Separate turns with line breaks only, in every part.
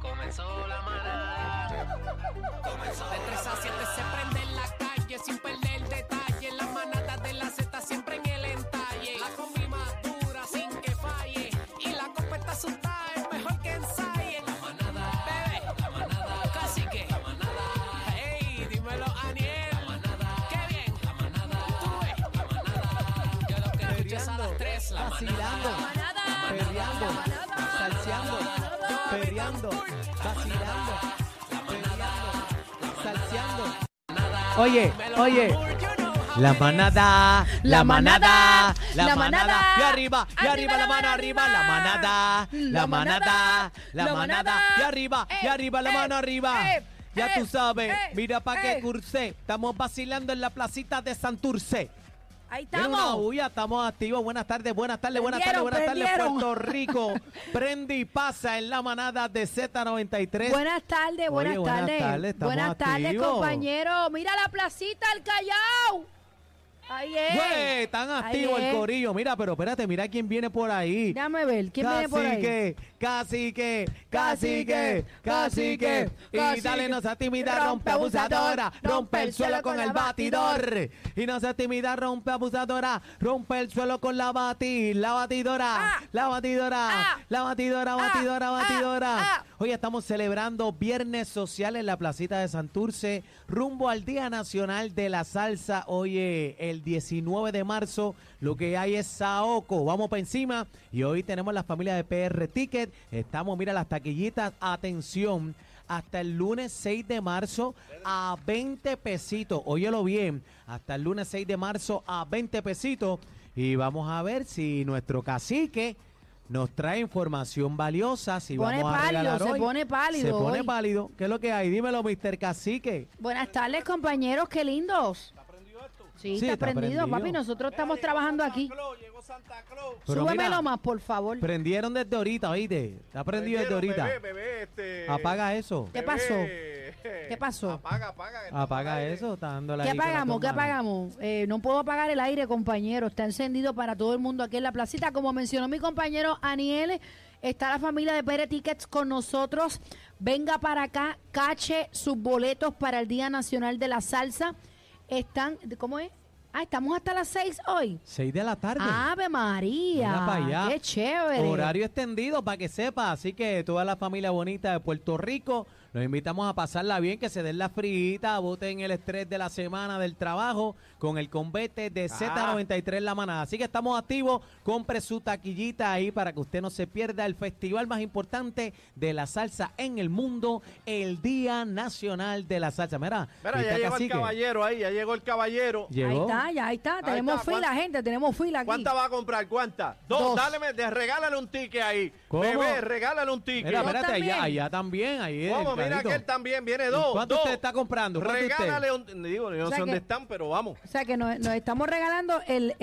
comenzó la manada. Comenzó
De 3 a 7 se prende en la calle sin perder detalle. La manada de la Z siempre en el entalle. La combi más dura sin que falle. Y la copa está asustada, es mejor que ensaye. La manada, bebé. La manada, casi que. La manada, hey, dímelo, Aniel. La manada, qué bien. La manada, tú ves. La manada, yo lo que escucho es a las 3. La manada,
vacilando, perreando, salseando, perreando, vacilando, perreando, salseando. Oye, oye. La manada, la manada, la manada, y arriba, y arriba la mano arriba, la manada, la manada, la manada, Eh, y arriba, y arriba la mano arriba. Ya tú sabes, mira pa' que curse, estamos vacilando en la placita de Santurce.
Ahí
Viene una
estamos.
bulla, estamos activos. Buenas tardes, buenas tardes, buenas tardes,
Prendieron,
buenas tardes,
prendieron.
Puerto Rico. Prende y pasa en la manada de Z93.
Buenas tardes, buenas,
Oye, buenas
tardes.
tardes, estamos
buenas tardes,
activos.
compañero. Mira la placita, el Callao. Ahí es.
Güey, tan
eh. Ahí
activo el
es.
corillo. Mira, pero espérate, mira quién viene por ahí.
Déjame ver, ¿quién viene por ahí?
Cacique, cacique, cacique, cacique. Y
Cacique.
dale, no seas tímida, rompe
Rompe
abusadora.
abusador,
Rompe el suelo con el batidor. Y no seas tímida, rompe abusadora. Rompe el suelo con la bati, la batidora.
Ah.
La batidora,
Ah.
la batidora, batidora,
ah,
batidora.
ah.
Hoy estamos celebrando Viernes Social en la Placita de Santurce, rumbo al Día Nacional de la Salsa. Oye, el 19 de marzo, lo que hay es Saoco. Vamos para encima. Y hoy tenemos la familia de PR Ticket. Estamos, mira, las taquillitas. Atención. Hasta el lunes 6 de marzo a 20 pesitos. Óyelo bien. Hasta el lunes 6 de marzo a 20 pesitos. Y vamos a ver si nuestro cacique nos trae información valiosa. Si
Pone
vamos a
pálido,
regalar
se
hoy.
pone pálido
Se pone
hoy.
pálido. ¿Qué es lo que hay? Dímelo, Mr. Cacique.
Buenas tardes, compañeros, qué lindos. ¿Está prendido esto? Sí,
Sí,
está,
está
prendido,
prendido.
papi. Nosotros estamos trabajando aquí.
Pero
Súbemelo
mira,
más, por favor.
Prendieron desde ahorita, oíste. Está prendido desde ahorita.
Bebé, bebé, este,
Apaga eso.
¿Qué pasó?
bebé.
¿Qué pasó?
Apaga, apaga. que estamos al
Apaga
aire.
eso. Está dando la
¿Qué apagamos? ¿Qué apagamos? Eh, no puedo apagar el aire, compañero. Está encendido para todo el mundo aquí en la placita. Como mencionó mi compañero Aniel, está la familia de Pérez Tickets con nosotros. Venga para acá, cache sus boletos para el Día Nacional de la Salsa. Están, ¿cómo es? Ah, estamos hasta las seis hoy.
6 de la tarde.
Ave María.
Mira pa' allá.
Qué chévere.
Horario extendido para que sepa. Así que toda la familia bonita de Puerto Rico, los invitamos a pasarla bien, que se den la frita, boten el estrés de la semana del trabajo con el convete de
Ah.
Z93 La Manada. Así que estamos activos. Compre su taquillita ahí para que usted no se pierda el festival más importante de la salsa en el mundo, el Día Nacional de la Salsa. Mira,
Mira,
ahí
ya
está
llegó
Cacique.
el caballero ahí, ya llegó el caballero.
Ahí
Llegó.
está, ya ahí está. Tenemos
está,
fila,
¿cuán-
gente. Tenemos fila aquí.
¿Cuánta va a comprar? ¿Cuánta? Dos.
Dos.
Dáleme, de- regálale un ticket ahí.
¿Cómo?
Bebé, regálale un ticket.
Mira, espérate,
también.
allá, allá también. Ahí el
¿Cómo? Mira
carrito.
que él también viene dos.
¿Cuánto
dos.
usted está comprando? ¿Cuánto usted?
Regálale un. Digo, yo no
O sea
sé dónde
que-
están, pero vamos.
O sea que nos, nos estamos regalando el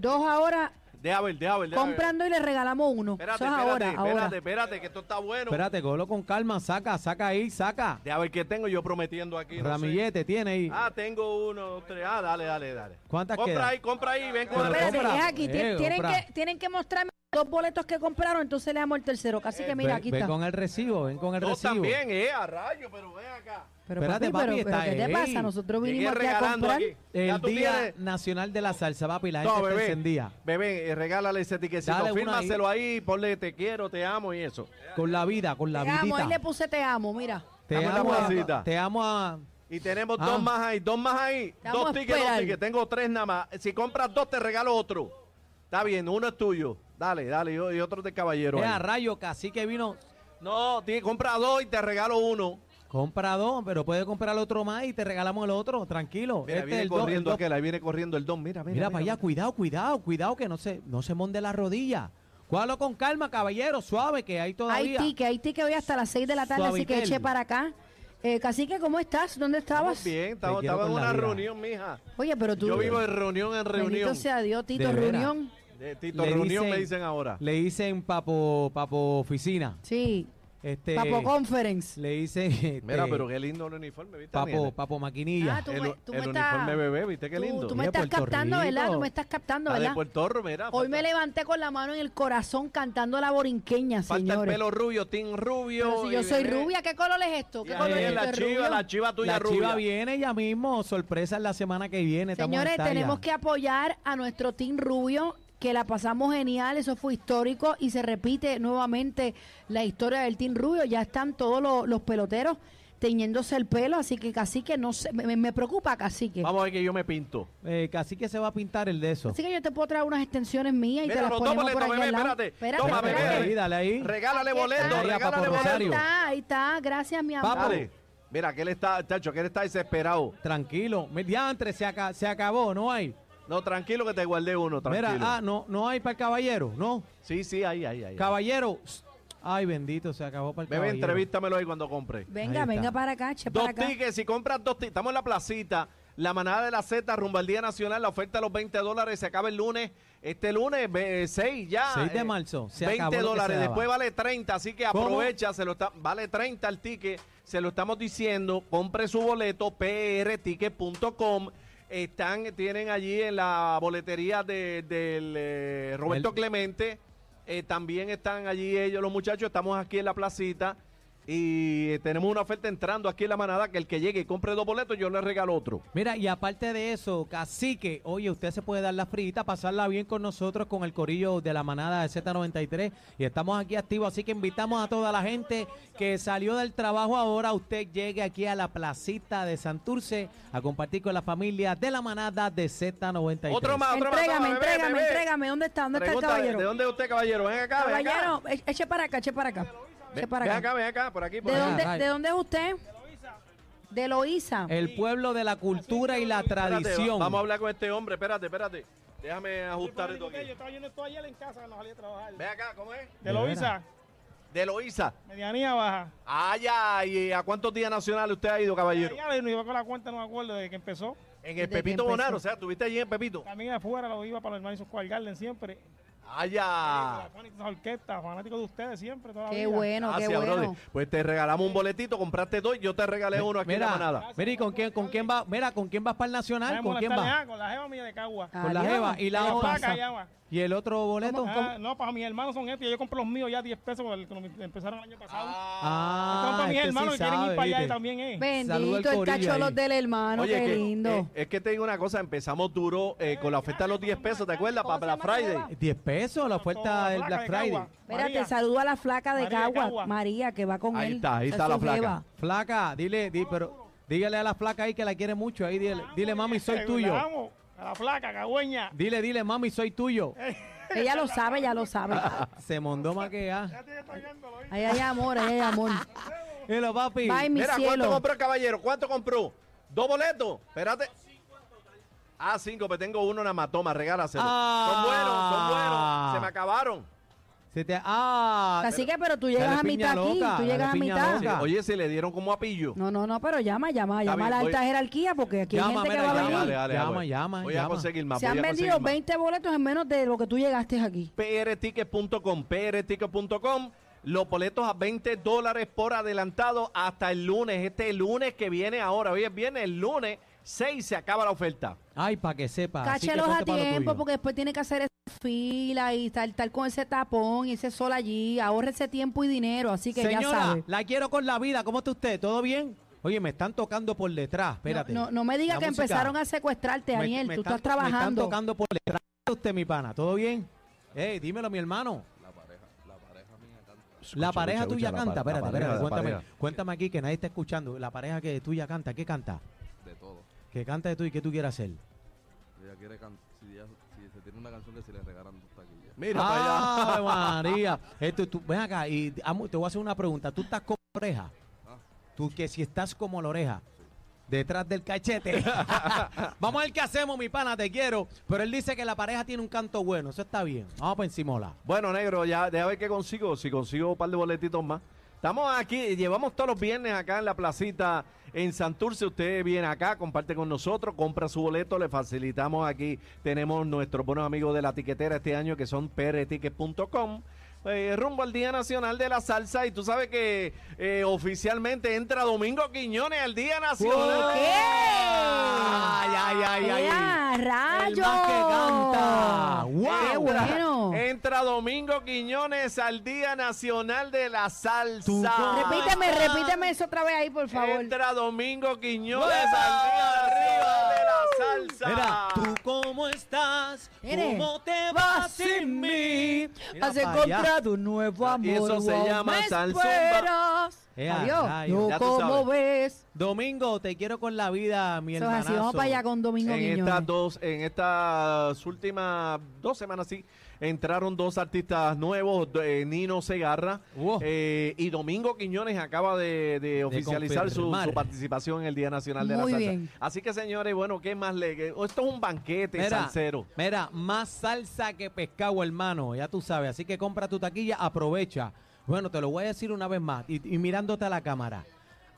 2 ahora
Deja ver, deja ver. deja ver.
comprando y le regalamos uno. Eso
Espérate,
es
espérate,
ahora,
espérate,
ahora.
espérate, que esto está bueno.
Espérate, colo con calma, saca, saca ahí, saca.
Deja ver qué tengo yo prometiendo aquí. no sé.
Ramillete tiene ahí.
Ah, tengo uno, dos, tres. Ah, dale, dale, dale.
¿Cuántas
compra
quedan?
ahí, compra ahí, ven con
Pero
el
Espérate,
compra.
es aquí. Tien-
Eh,
tienen,
compra.
que, tienen que mostrarme dos boletos que compraron, entonces le damos el tercero. Así que mira,
Ven-
aquí
ven,
está.
Eh, con el recibo, ven con el
Dos
recibo.
también, eh, a rayo, pero ven acá.
Pero,
Espérate,
papi, pero,
papi,
pero
está
¿qué te
ahí.
pasa? Nosotros
Llegué
vinimos aquí a
regalando
comprar.
aquí. Ya
El
tú
Día
tienes-
Nacional de la Salsa, papi, la gente
No,
está
bebé,
encendida.
bebé, eh, regálale ese
Dale
tiquecito,
uno
fírmaselo ahí. ponle te quiero, te amo y eso.
Con la vida, con la
Te amo, ahí le
vidita.
puse te amo, mira.
Te
Dame la
amo, a,
placita.
te amo a...
Y tenemos
Ah.
dos más ahí, dos más ahí.
Te vamos
dos
a
tickets, dos
esperar.
tickets. Tengo tres nada más. Si compras dos, te regalo otro. Está bien, uno es tuyo. Dale, dale, yo- y otro de caballero.
Eh, a
ahí.
rayo, cacique vino,
No, ti- compra dos y te regalo uno.
compra dos, pero puede comprar el otro más y te regalamos el otro, tranquilo. Este
Mira,
es
viene
el dos, el
corriendo
dos.
aquel, ahí viene corriendo el don. Mira, mira.
Mira, para allá, cuidado, cuidado, cuidado, que no se, no se monde la rodilla. Cuálo con calma, caballero, suave, que hay
Hay
todavía.
ticket, hay ticket hoy hasta las 6 de la tarde, así
Suavitel.
que eche para acá. Eh, Cacique, ¿cómo estás? ¿Dónde
Estamos
estabas?
bien, estaba,
Te quiero
estaba en
con la
una
vida.
reunión, mija.
Oye, pero tú.
Yo vivo de reunión en reunión.
Bendito sea Dios, Tito,
De veras.
reunión.
De Tito, reunión me dicen ahora.
Le dicen papo, papo oficina.
Sí.
Este,
Papo Conference.
le dicen. este,
Mira, pero qué lindo el uniforme, ¿viste?
papo,
Aniel?
papo Maquinilla.
Ah, tú
el
me- tú me
el
estás-
uniforme bebé, ¿viste qué
Tú-
lindo?
Tú, me
Mira,
estás
Puerto
captando, ¿verdad? Tú
Rico.
me estás captando,
La de
¿verdad?
Puerto Rico, mira.
Hoy
falta-
me levanté con la mano en el corazón cantando la borinqueña,
Falta el
señores.
pelo rubio, Tim Rubio.
Pero si yo
y
soy
bebé.
rubia, ¿qué color es esto? ¿Qué
Y
color
ahí
es
es
esto?
la
¿Es
chiva,
rubio?
la chiva tuya
La
rubia.
chiva viene ya mismo. Sorpresa la semana que viene. estamos
Señores,
hasta allá.
tenemos que apoyar a nuestro Team Rubio, que la pasamos genial, eso fue histórico y se repite nuevamente la historia del Team Rubio. Ya están todos los, los peloteros teñiéndose el pelo, así que Cacique, no sé, me, me preocupa Cacique.
Vamos a ver que yo me pinto.
Eh, casi que se va a pintar el de eso.
Así que yo te puedo traer unas extensiones mías y
Mira,
te las
los
ponemos
dos
por
boletos,
aquí al
bebé,
lado.
espérate. Toma,
Dale
bebé.
ahí, dale ahí.
Regálale
Aquí está.
boleto,
Ahí a
regálale
Papo
Ahí
boleto.
Rosario.
está, ahí está, gracias mi amor.
Papo.
Dale. Mira, que él está, chacho, que él está desesperado.
Tranquilo. Mi- Diantre, se, aca- se acabó, no hay.
No, tranquilo que te guardé uno, tranquilo.
Mira, ah, no, no hay para el caballero, no.
Sí, sí, ahí, ahí, ahí.
Caballero. pst, Ay, bendito, se acabó para el
Bebé,
caballero.
entrevístamelo ahí cuando compre.
Venga,
Ahí
venga
está.
para acá, che, para
Dos
acá.
tickets, si compras dos tickets, estamos en la placita, la manada de la Z, rumbo al Día Nacional, la oferta de los 20 dólares, se acaba el lunes, este lunes, ve- eh, 6 ya.
6 de
eh,
marzo, se
20
acabó lo que
dólares,
se daba.
después vale 30, así que
¿Cómo?
aprovecha, se lo está, vale 30 el ticket, se lo estamos diciendo, compre su boleto, prticket.com. Están, tienen allí en la boletería de, del eh, Roberto
El-
Clemente. eh, también están allí ellos, los muchachos. Estamos aquí en la placita. Y eh, tenemos una oferta entrando aquí en la manada que el que llegue y compre dos boletos, yo le regalo otro.
Mira, y aparte de eso, cacique, oye, usted se puede dar la frita, pasarla bien con nosotros, con el corillo de la manada de Z93. Y estamos aquí activos, así que invitamos a toda la gente que salió del trabajo ahora, usted llegue aquí a la placita de Santurce a compartir con la familia de la manada de Z93.
Otro más, otro más.
Entrégame,
toma, bebé,
entrégame,
bebé.
entrégame. ¿Dónde está? ¿Dónde está el
Pregúntale,
caballero?
¿De dónde es usted, caballero? Ven acá, ven acá.
Caballero, e- eche para acá, eche para acá. Eche
Ven,
para
ven
acá.
acá, ven acá, por aquí. Por
¿De
acá.
dónde,
Ay.
¿De dónde es usted? De Loíza.
El pueblo de la cultura y la
Espérate, va-
tradición.
vamos a hablar con este hombre, espérate, espérate. Déjame ajustar esto
Yo
aquí.
estaba yendo esto ayer en casa, no salí a trabajar.
Ven acá, ¿cómo es?
De lo
veras.
visa,
De Loíza.
medianía baja.
Ay, ay, ¿a cuántos días nacionales usted ha ido, caballero?
Allá no iba con la cuenta, no me acuerdo, desde que empezó.
En
Desde
el
que
Pepito Bonaro,
empezó.
o sea, estuviste allí en Pepito.
También afuera lo iba para los hermanos Square Garden siempre. Eh,
Ay,
Ah.
ay.
Con las orquestas, fanático de ustedes siempre, toda la
Qué
vida.
bueno, qué
Gracias,
bueno.
brother. Pues te regalamos un boletito, compraste dos, yo te regalé uno aquí en la manada.
Mira, ¿y con quién, con quién va? Mira, ¿con quién vas para el
Ay,
nacional? ¿Con quién
molestarle,
vas?
ah, Con la jeva mía de Cagua.
Ah,
Con la
Adiós.
jeva y la
Ella
otra.
paga, ella va.
¿Y el otro boleto?
Ah, no, para mis hermanos son estos. Yo compro los míos ya 10 pesos, porque los empezaron el año pasado.
Ah,
Están para mis
este sí
hermanos que quieren
sabe,
ir para allá
¿viste?
también, eh.
Saluda al
Bendito, el
corillo
cacholos
ahí.
del hermano,
Oye,
Ah, qué
que-
lindo.
eh, es que te digo una cosa, empezamos duro eh, con la oferta de los 10 pesos, ¿te acuerdas?
¿Cómo
Para
se
Black
llama la
Friday.
jeva?
10 pesos la oferta
Con
del
la
Black
placa de
Friday.
Cagua.
Espérate,
María.
saludo a la flaca de
María de
Cagua,
Cagua.
María, que va con
Ahí
él.
está, ahí
Esa
está
es
la
su
flaca.
jeva.
Flaca, dile, di, pero dígale a la flaca ahí que la quiere mucho. Ahí dile, dile mami, soy tuyo.
La amo, a la placa, cagüeña.
Dile, dile, mami, soy tuyo.
Ella lo sabe, ya lo sabe.
Se mondó más que ah.
Ahí hay amor, ahí hay amor.
Hello, papi.
Bye, mi
Mira, ¿cuánto
cielo.
compró el caballero? ¿Cuánto compró? ¿Dos boletos? Espérate. Ah, cinco, pero tengo uno nada más. Toma, regálaselo.
Ah.
Son buenos, son
Ah.
buenos. Se me acabaron.
Se te, ah,
Así que, pero tú
Dale
llegas a
piña
mitad aquí,
loca,
tú
dale
llegas a
piña
mitad.
Sí,
loca.
Oye, se le dieron como a pillo.
No, no, no, pero llama, llama, llama a
bien,
la
voy-
alta jerarquía porque aquí hay
Llama,
gente que
mira,
va a
llama,
venir.
dale, Llama,
voy.
llama,
pues. Voy a
llama.
conseguir más.
Se
voy
han
a
vendido
conseguir más.
20 boletos en menos de lo que tú llegaste aquí.
prticket.com, prticket.com. Los boletos a 20 dólares por adelantado hasta el lunes. Este lunes que viene ahora, hoy es viernes, el lunes 6 se acaba la oferta.
Ay, para que sepa. así Ah, que
Cáchelos a
ponte pa' lo
tiempo
tuyo.
porque después tiene que hacer esa fila y estar, estar con ese tapón y ese sol allí. Ahorrese tiempo y dinero, así que ya
Señora,
sabe.
la quiero con la vida. ¿Cómo está usted? ¿Todo bien? Oye, me están tocando por detrás. Espérate.
No, no, no me digas
La
que
música.
empezaron a secuestrarte,
Me-
Este, Daniel.
me
tú
están-
estás trabajando.
Me están tocando por detrás usted, mi pana. ¿Todo bien? Ey, dímelo, mi hermano. La pareja tuya canta, espérate, espérate, cuéntame, cuéntame aquí que nadie está escuchando. La pareja que tuya canta, ¿qué canta?
de todo.
¿Qué canta de tú y qué tú quieres hacer?
Ella quiere can- si, ella- si se tiene una canción que se le regalan dos taquillas.
Mira para
¡Ay,
allá.
María! Esto, tú, ven acá y amo, te voy a hacer una pregunta. ¿Tú estás como la oreja?
Ah.
Tú que si estás como la oreja, detrás del cachete. Vamos a ver qué hacemos, mi pana, te quiero. Pero él dice que la pareja tiene un canto bueno, eso está bien. Vamos para encimola.
Bueno, negro, ya deja ver qué consigo, si consigo un par de boletitos más. Estamos aquí, llevamos todos los viernes acá en la placita en Santurce. Usted viene acá, comparte con nosotros, compra su boleto, le facilitamos aquí. Tenemos nuestros buenos amigos de la tiquetera este año que son prticket.com. eh, rumbo al Día Nacional de la Salsa. Y tú sabes que eh, oficialmente entra Domingo Quiñones al Día Nacional.
¿Qué?
Ay, ay, ay, ay.
¡Ea, rayos!
El más que canta.
¡Qué
¡Wow!
bueno!
Entra Domingo Quiñones al Día Nacional de la
Tú
Salsa.
con-
Repíteme, repíteme eso otra vez ahí, por favor.
Entra Domingo Quiñones al Día Nacional de la Salsa.
Mira, tú cómo estás,
Mire.
cómo te vas sin mí. Mira
Has
pa' allá.
encontrado un nuevo amor.
Y eso se
wow,
llama
me
salsumba.
esperas.
Ea,
Adiós.
rayos.
Tú
Ya tú
¿Cómo
sabes.
ves?
Domingo, te quiero con la vida, mi
Eso es así. Vamos
hermanazo.
para allá con Domingo
en estas
Quiñones.
dos, en estas últimas dos semanas sí, entraron dos artistas nuevos, do- eh, Nino Segarra
Wow.
eh, y Domingo Quiñones acaba de, de oficializar su,
confirmar.
su participación en el Día Nacional de
Muy
la Salsa.
bien.
Así que señores, bueno, ¿qué más le? que- Esto es un banquete salsero.
mira, más salsa que pescado, hermano, ya tú sabes. Así que compra tu taquilla, aprovecha. Bueno, te lo voy a decir una vez más y, y mirándote a la cámara.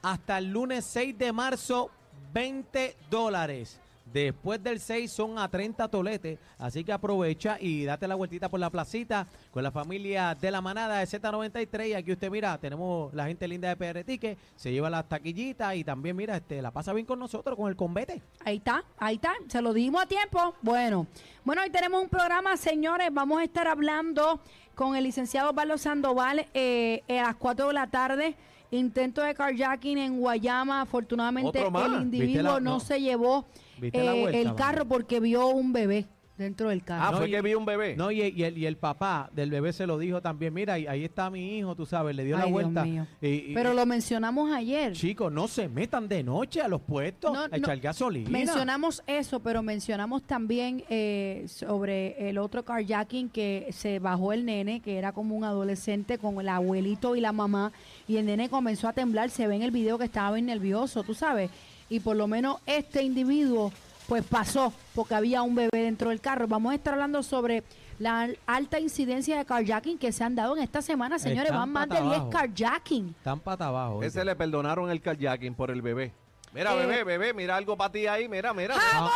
Hasta el lunes 6 de marzo, 20 dólares. Después del 6 son a 30 toletes. Así que aprovecha y date la vueltita por la placita con la familia de la manada de Z93. Y aquí usted mira, tenemos la gente linda de PR Tique, se lleva las taquillitas y también, mira, este, la pasa bien con nosotros, con el convete.
Ahí está, ahí está, se lo dijimos a tiempo. Bueno, bueno, hoy tenemos un programa, señores, vamos a estar hablando con el licenciado Osvaldo Sandoval eh, a las 4 de la tarde. Intento de carjacking en Guayama, afortunadamente
Otro más.
el
¿Viste
individuo
la-
no
no.
se llevó
¿Viste la
eh,
vuelta,
el
mano?
carro porque vio un bebé dentro del
Ah,
carro.
No,
fue
y-
que vi un bebé.
No, y, y el, y el papá del bebé se lo dijo también, mira, ahí, ahí está mi hijo, tú sabes, le dio
Ay,
la
Dios
vuelta.
mío.
Y- y-
Pero lo mencionamos ayer.
Chicos, no se metan de noche a los puestos
No,
a echar
no.
gasolina.
Mencionamos eso, pero mencionamos también eh, sobre el otro carjacking que se bajó el nene, que era como un adolescente con el abuelito y la mamá, y el nene comenzó a temblar. Se ve en el video que estaba bien nervioso, tú sabes. Y por lo menos este individuo, pues pasó, porque había un bebé dentro del carro. Vamos a estar hablando sobre la al- alta incidencia de carjacking que se han dado en esta semana, señores. Van
Están
más de
pata
10
abajo.
carjacking.
Están pata abajo. oye.
Ese le perdonaron el kayaking por el bebé. Mira,
Eh. ¡Ah!
bebé, bebé, mira algo para ti ahí, mira, mira.
Ja-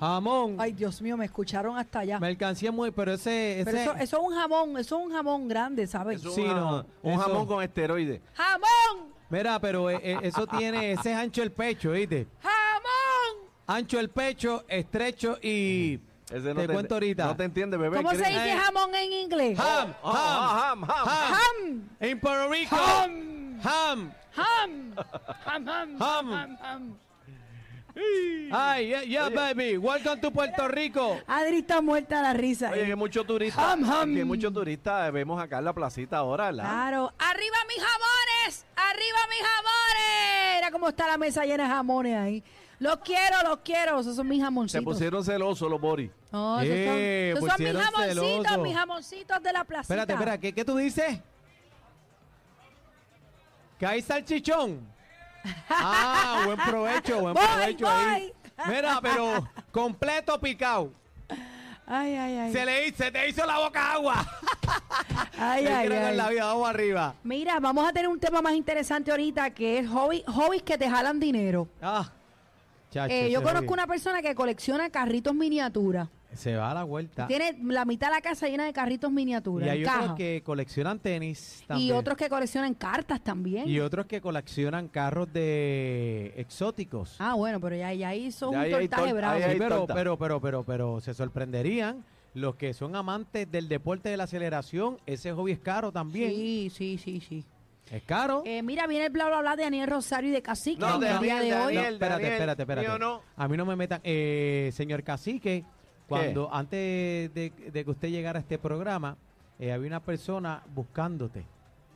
jamón.
Ay, Dios mío, me escucharon hasta allá.
Mercancía muy, pero ese...
Pero
ese-
eso, eso es un jamón, eso es un jamón grande, ¿sabes?
Es un,
Sí, no,
un
eso-
jamón con esteroides.
¡Jamón!
Mira, pero eh, eh, eso tiene, ese es ancho el pecho, ¿viste?
¡Jamón!
Ancho el pecho, estrecho y...
Ese no
te, cuento ahorita.
No te entiende, bebé.
¿Cómo se
cree-
dice jamón en inglés?
Ham,
Oh,
ham,
ah, ham, ham.
ham.
¡Ham!
En Puerto Rico.
Ham.
Ham.
¡Ham!
Ham, ham,
Ham.
ham, ham.
Ay, yeah, yeah, baby. Welcome to Puerto Rico.
Adri está muerta de la risa.
Oye,
eh.
que muchos turistas.
Ham, ham.
Que muchos turistas eh, vemos acá en la placita ahora. la-
Claro. ¡Arriba mis jamones! ¡Arriba mis jamones! Mira cómo está la mesa llena de jamones ahí. Los quiero, los quiero. Esos son mis
Se
jamoncitos.
pusieron celosos los Boris.
No, esos son,
Eh,
esos son mis
pusieron
jamoncitos,
celoso.
mis jamoncitos de la placita.
Espérate, espérate, ¿qué, qué tú dices? ¿Que hay salchichón? Ah, buen provecho, buen
Voy,
provecho ahí. Mira, pero completo picado.
Ay, ay, ay.
Se le hizo, se te hizo la boca agua.
Ay,
Te
ay,
quiero con
ay.
la vida, vamos arriba.
Mira, vamos a tener un tema más interesante ahorita que es hobby, hobbies que te jalan dinero.
Ah, chacho,
Eh, yo
se
conozco
oye.
una persona que colecciona carritos miniatura.
Se va a la vuelta.
Tiene la mitad de la casa llena de carritos miniatura.
Y
en
hay
caja.
otros que coleccionan tenis
y
también.
otros que coleccionan cartas también.
Y otros que coleccionan carros de exóticos.
Ah, bueno, pero ya, ya hizo
Ya
un
ahí hay
tortaje
tor-
bravo.
ahí
Sí,
hay
pero,
torta.
pero, pero, pero, pero se sorprenderían los que son amantes del deporte de la aceleración. Ese hobby es caro también.
Sí, sí, sí, sí.
Es caro.
Eh, mira, viene el bla bla bla de Daniel Rosario y de Cacique
No,
en el día de
Daniel,
hoy.
No, espérate,
Daniel,
espérate, espérate.
mío no.
A mí no me metan. Eh, señor Cacique, cuando antes de, de que usted llegara a este programa, eh, había una persona buscándote.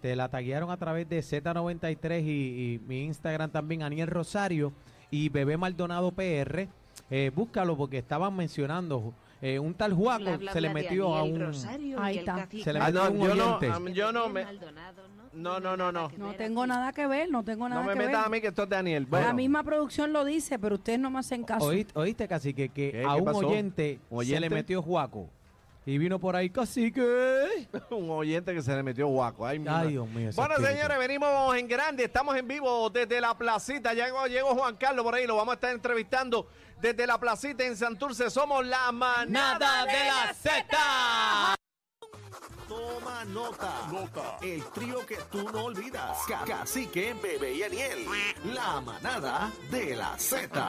Te la taguearon a través de Z93 y, y mi Instagram también, Aniel Rosario y Bebé Maldonado PR. Eh, búscalo porque estaban mencionando eh, un tal Juaco
Bla, bla,
se le
bla de
metió a
Aniel
un...
Rosario y
Ahí
el
está.
cacique.
Se le
Ah,
metió
no,
un
yo no,
oyente.
a mí- yo no me-
Maldonado,
No, no,
tiene
no,
nada
no.
que
No
ver
tengo
aquí.
nada que ver, no tengo nada
No me
que ver.
metas a mí que esto es Daniel.
La
Bueno,
misma producción lo dice, pero ustedes no me hacen caso.
Oí- Oíste, Cacique, que
¿Qué?
a
¿Qué
un
pasó?
oyente,
¿Un
se le
oyente?
metió Juaco. Y vino por ahí, Cacique.
un oyente que se le metió guaco. Ay, mi
Ay,
madre.
Dios mío. ese
Bueno,
espíritu.
señores, venimos en grande. Estamos en vivo desde la placita. Llegó, llegó Juan Carlos por ahí. Lo vamos a estar entrevistando desde la placita en Santurce. Somos la manada
Nada de la Z.
Toma nota. Nota. El trío que tú no olvidas. Ca- Cacique, Bebé y Aniel. La manada de la Z.